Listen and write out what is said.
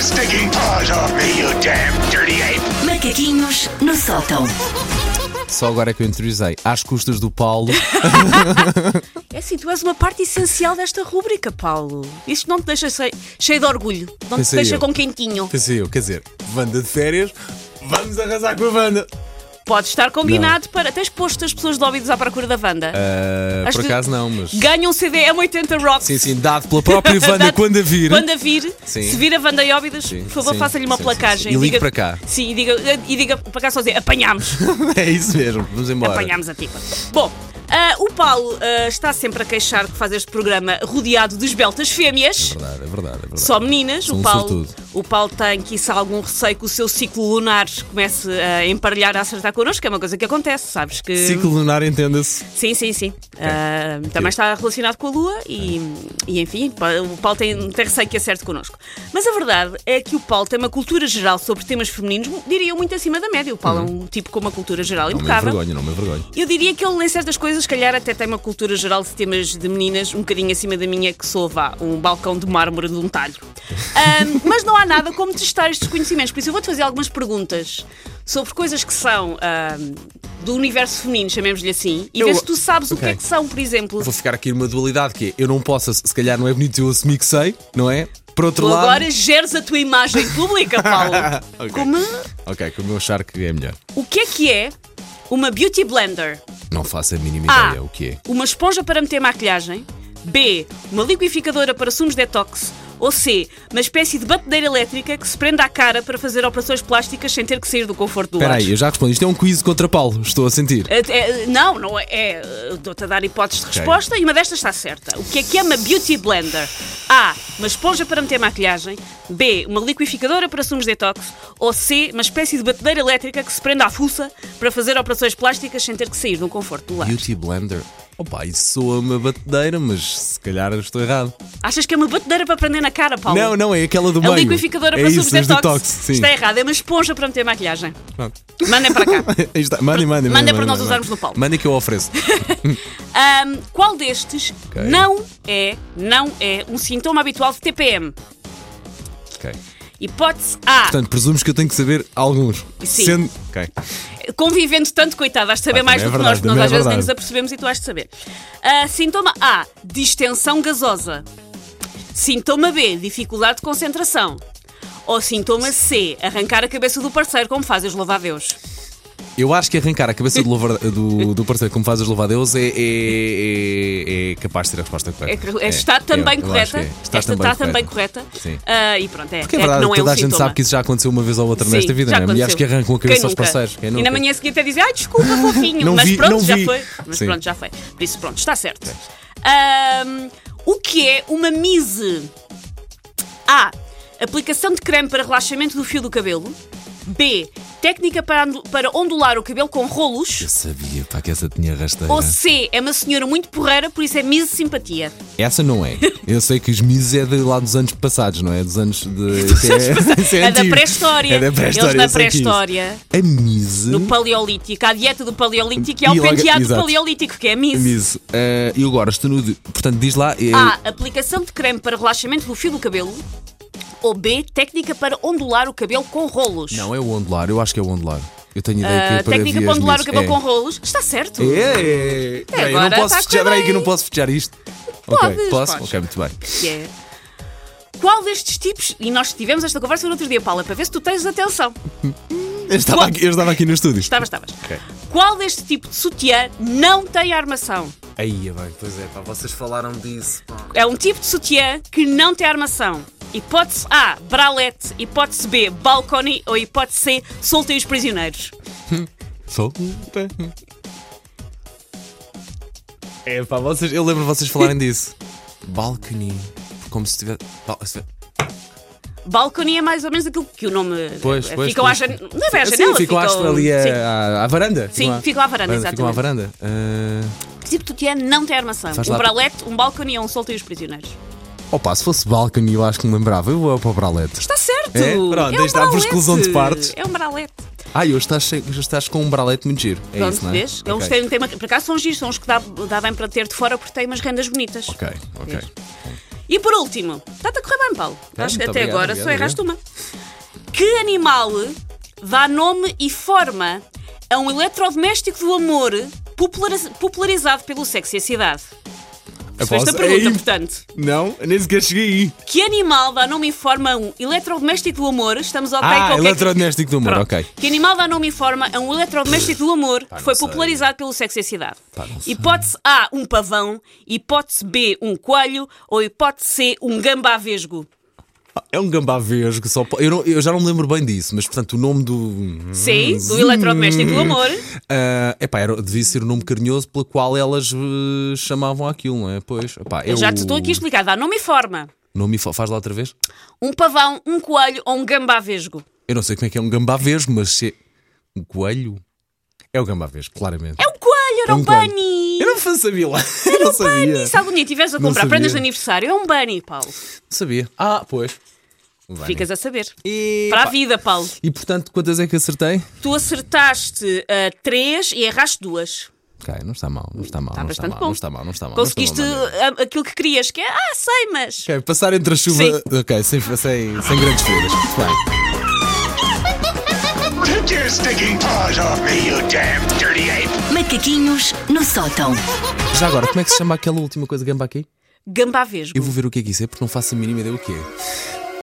sticking paws off me, you damn dirty ape! Macaquinhos no sótão. Só agora é que eu interiorizei. Às custas do Paulo. É assim, tu és uma parte essencial desta rúbrica, Paulo. Isto não te deixa sei- cheio de orgulho, não te Pensei deixa eu. com quentinho. Pensei eu, quer dizer, banda de férias, vamos arrasar com a banda. Pode estar combinado para. Tens posto as pessoas de Óbidos à procura da Wanda? Ah, Acho por que- acaso não, mas. Ganha um CD M80 Rock. Sim, sim, dado pela própria banda Dado- quando a vir. Quando a vir, Sim. se vir a Wanda e Óbidos, Sim, por favor, sim, faça-lhe uma sim, sim, placagem. sim. E ligue Diga- para cá. Sim, e diga, eh, e diga para cá só dizer: apanhámos. É isso mesmo, vamos embora. Apanhámos a pipa. Bom, ah, o Paulo ah, está sempre a queixar que faz este programa rodeado de beltas fêmeas. É verdade, é verdade, é verdade. Só meninas, Sou um o Paulo, sortudo. o Paulo tem que isso algum receio que o seu ciclo lunar comece a emparelhar a acertar connosco, que é uma coisa que acontece, sabes? Que... Ciclo lunar, entenda-se. Sim, sim, sim. Ah, também está relacionado com a Lua e, e, enfim, pa- o Paulo tem, tem receio que acerte connosco. Mas a verdade é que o Paulo tem uma cultura geral sobre temas femininos, diria muito acima da média. O Paulo Uhum. é um tipo com uma cultura geral Não me impecável. envergonho, não me envergonho. Eu diria que ele lê certas coisas, se calhar até tem uma cultura geral de temas de meninas um bocadinho acima da minha, que sou, vá, um balcão de mármore de um talho. Ahm, mas não há nada como testar estes conhecimentos, por isso eu vou-te fazer algumas perguntas sobre coisas que são ahm, do universo feminino, chamemos-lhe assim, e Eu- vê se tu sabes o que Ok. é que são, por exemplo. Vou ficar aqui numa dualidade que é, eu não posso, se calhar não é bonito eu assumir que sei, não é? Por outro Tu lado. Ah, agora geres a tua imagem pública, Paulo. Ok. Como? Ok, como eu achar que é melhor. O que é que é uma beauty blender? Não faço a mínima A. ideia o que é. Uma esponja para meter maquilhagem. B. Uma liquidificadora para sumos detox. Ou C. Uma espécie de batedeira elétrica que se prende à cara para fazer operações plásticas sem ter que sair do conforto do Espera lar. aí, eu já respondi. Isto é um quiz contra Paulo, estou a sentir. É- é- não, não é. é eu Dou-te a dar hipóteses de resposta e uma destas está certa. O que é que é uma beauty blender? A. Uma esponja para meter maquilhagem. B. Uma liquidificadora para sumos detox. Ou C. Uma espécie de batedeira elétrica que se prende à fuça para fazer operações plásticas sem ter que sair do conforto do lar. Beauty Blender. Opa, isso soa uma batedeira, mas se calhar estou errado. Achas que é uma batedeira para prender na cara, Paulo? Não, não, é aquela do A meio. liquidificadora é um para isso, subs os detox. detox. Sim. Está errado, é uma esponja para meter maquilhagem. Pronto. Mandem para cá. Aí está. Mandem, mandem, Manda mandem, mandem, para nós mandem. usarmos no Paulo. Mandem que eu ofereço. Ahm, qual destes Ok. não é, não é um sintoma habitual de TPM? ok. Hipótese A. Portanto, presumes que eu tenho que saber alguns. Sim. Sendo... Ok. Convivendo tanto, coitado, has de saber Ah, mais do que também é nós, verdade, porque nós também é às vezes verdade. nem nos apercebemos e tu has de saber. Ah, sintoma A. Distensão gasosa. Sintoma B. Dificuldade de concentração. Ou sintoma C. Arrancar a cabeça do parceiro, como fazem os louva-a-Deus. Eu acho que arrancar a cabeça do, louvar- do, do parceiro como faz as louvadeus é, é, é- é capaz de ser a resposta É correta. que- está também correta. é. Está Esta também está também correta. Sim. Ah, e pronto, é. Porque é é verdade, que não toda é um a gente sintoma. sabe que isso já aconteceu uma vez ou outra Sim, nesta vida, já não é? Mulheres aconteceu. que arrancam a Quem cabeça aos nunca? parceiros. Quem E na nunca? manhã seguinte é dizer, ai, desculpa, fofinho. Não Mas vi, pronto, não já vi. foi. Mas Sim. pronto, já foi. Por isso, pronto, está certo. Ahm, o que é uma mise? A. Aplicação de creme para relaxamento do fio do cabelo. B. Técnica para, andu- para ondular o cabelo com rolos. Eu sabia, pá, que essa tinha rasteira. Ou C. É uma senhora muito porreira, por isso é mise simpatia. Essa não é. Eu sei que os Mises é de lá dos anos passados, não é? Dos anos de. isso é- isso É da antigo. pré-história. É da pré-história. Eles eu da sei que isso. pré-história. A Mise. No Paleolítico, há a dieta do Paleolítico e há E o logo- penteado do exato. Paleolítico, que é a A mise. Mise. Eh, eu gosto no. de- Portanto, diz lá. eh, A. Aplicação de creme para relaxamento do fio do cabelo. Ou B. Técnica para ondular o cabelo com rolos. Não, é o ondular. Eu acho que é o ondular. Eu tenho ideia que Ah, é para técnica havia para as ondular o Mises. cabelo é. com rolos. Está certo. É, é, é. Peraí, eu não agora posso tá a festejar. correr Peraí, que eu não bem. posso festejar isto. Podes, ok, posso? podes. Ok, muito bem. Que é. Qual destes tipos, e nós tivemos esta conversa no outro dia, Paula, para ver se tu tens atenção. Eu estava, aqui, eu estava aqui no estúdio. Estavas, estavas. Ok. Qual deste tipo de sutiã não tem armação? Aí, é bem, pois é, pá, vocês falaram disso. pá. É um tipo de sutiã que não tem armação. Hipótese A, bralete. Hipótese B, balcone. Ou hipótese C, soltem os prisioneiros. Sou? É pá, vocês, eu lembro de vocês falarem disso. Balcony. Como se tivesse. bal- se- Balcone é mais ou menos aquilo que o nome. eh, Pois, pois. ficam à pois. janela. Não é à Sim, janela, ficam Assim, à janela ali sim. à, à varanda. Sim, ficam à varanda, Ficam à varanda. Ah, Que tipo de sutiã não tem armação? Faz Um lá- bralete, um balcone ou um soltem os prisioneiros. Opa, se fosse balcony, eu acho que me lembrava. Eu vou para o bralete. Está certo! É? Pronto, é aí um está, por bralete. exclusão de partes. É um bralete. Ah, e hoje estás, cheio- hoje estás com um bralete muito giro. É Pronto, isso, não é? vês? É uns Ok. têm- têm uma- Por acaso são giros, são os que dá, dá bem para ter de fora porque têm umas rendas bonitas. Ok, ok. Vês? E por último, está-te a correr bem, Paulo. Acho que muito até obrigado, agora só obrigado, erraste uma. Que animal dá nome e forma a um eletrodoméstico do amor populariz- popularizado pelo sexo e a cidade? Percebeste a Aposto- pergunta, Ei, portanto. É Não, nem sequer cheguei aí. Que animal dá nome e forma a um eletrodoméstico do amor? Estamos ok com o que Ah, é que- eletrodoméstico do amor, Pronto. ok. Que animal dá nome e forma a um eletrodoméstico do amor que foi sei. popularizado pelo sexo e a cidade? não sei. hipótese A, um pavão. Hipótese B, um coelho. Ou hipótese C, um gambá vesgo. É um gambá vesgo, só po- eu, não- eu já não me lembro bem disso, mas portanto o nome do. Sim, do eletrodoméstico do amor. Ah, epá, era, devia ser o nome carinhoso pelo qual elas eh, chamavam aquilo, não é? Pois. Epá, é Eu já o- te estou aqui a explicar. Dá nome e forma. Nome e fa- Faz lá outra vez. Um pavão, um coelho ou um gambá vesgo. Eu não sei como é que é um gambá vesgo, mas se... Um coelho? É o gambá vesgo, claramente. É um coelho, era É um, um coelho. bunny. Eu não sabia lá. Eu não sabia. E se algum dia estiveres a Não comprar prendas de sabia. aniversário, é um bunny, Paulo. Sabia. Ah, pois. Bem. Ficas a saber. E... Para a pá, vida, Paulo. E portanto, quantas é que acertei? Tu acertaste ah, três e erraste duas. Ok, não está mal, não está mal. Está não Tá bastante mal, bom. Não está mal, não está mal. não está Conseguiste mal, não é mesmo. ah, aquilo que querias, que é, ah, sei, mas. Ok, passar entre a chuva. Sim. Ok, sem, sem, sem grandes feridas. Muito Bem. Take your stinking paws off me, you damn dirty ape! Macaquinhos no sótão. Já agora, como é que se chama aquela última coisa de gamba aqui? Gambá vesgo. Eu vou ver o que é que isso é, porque não faço a mínima ideia o que é.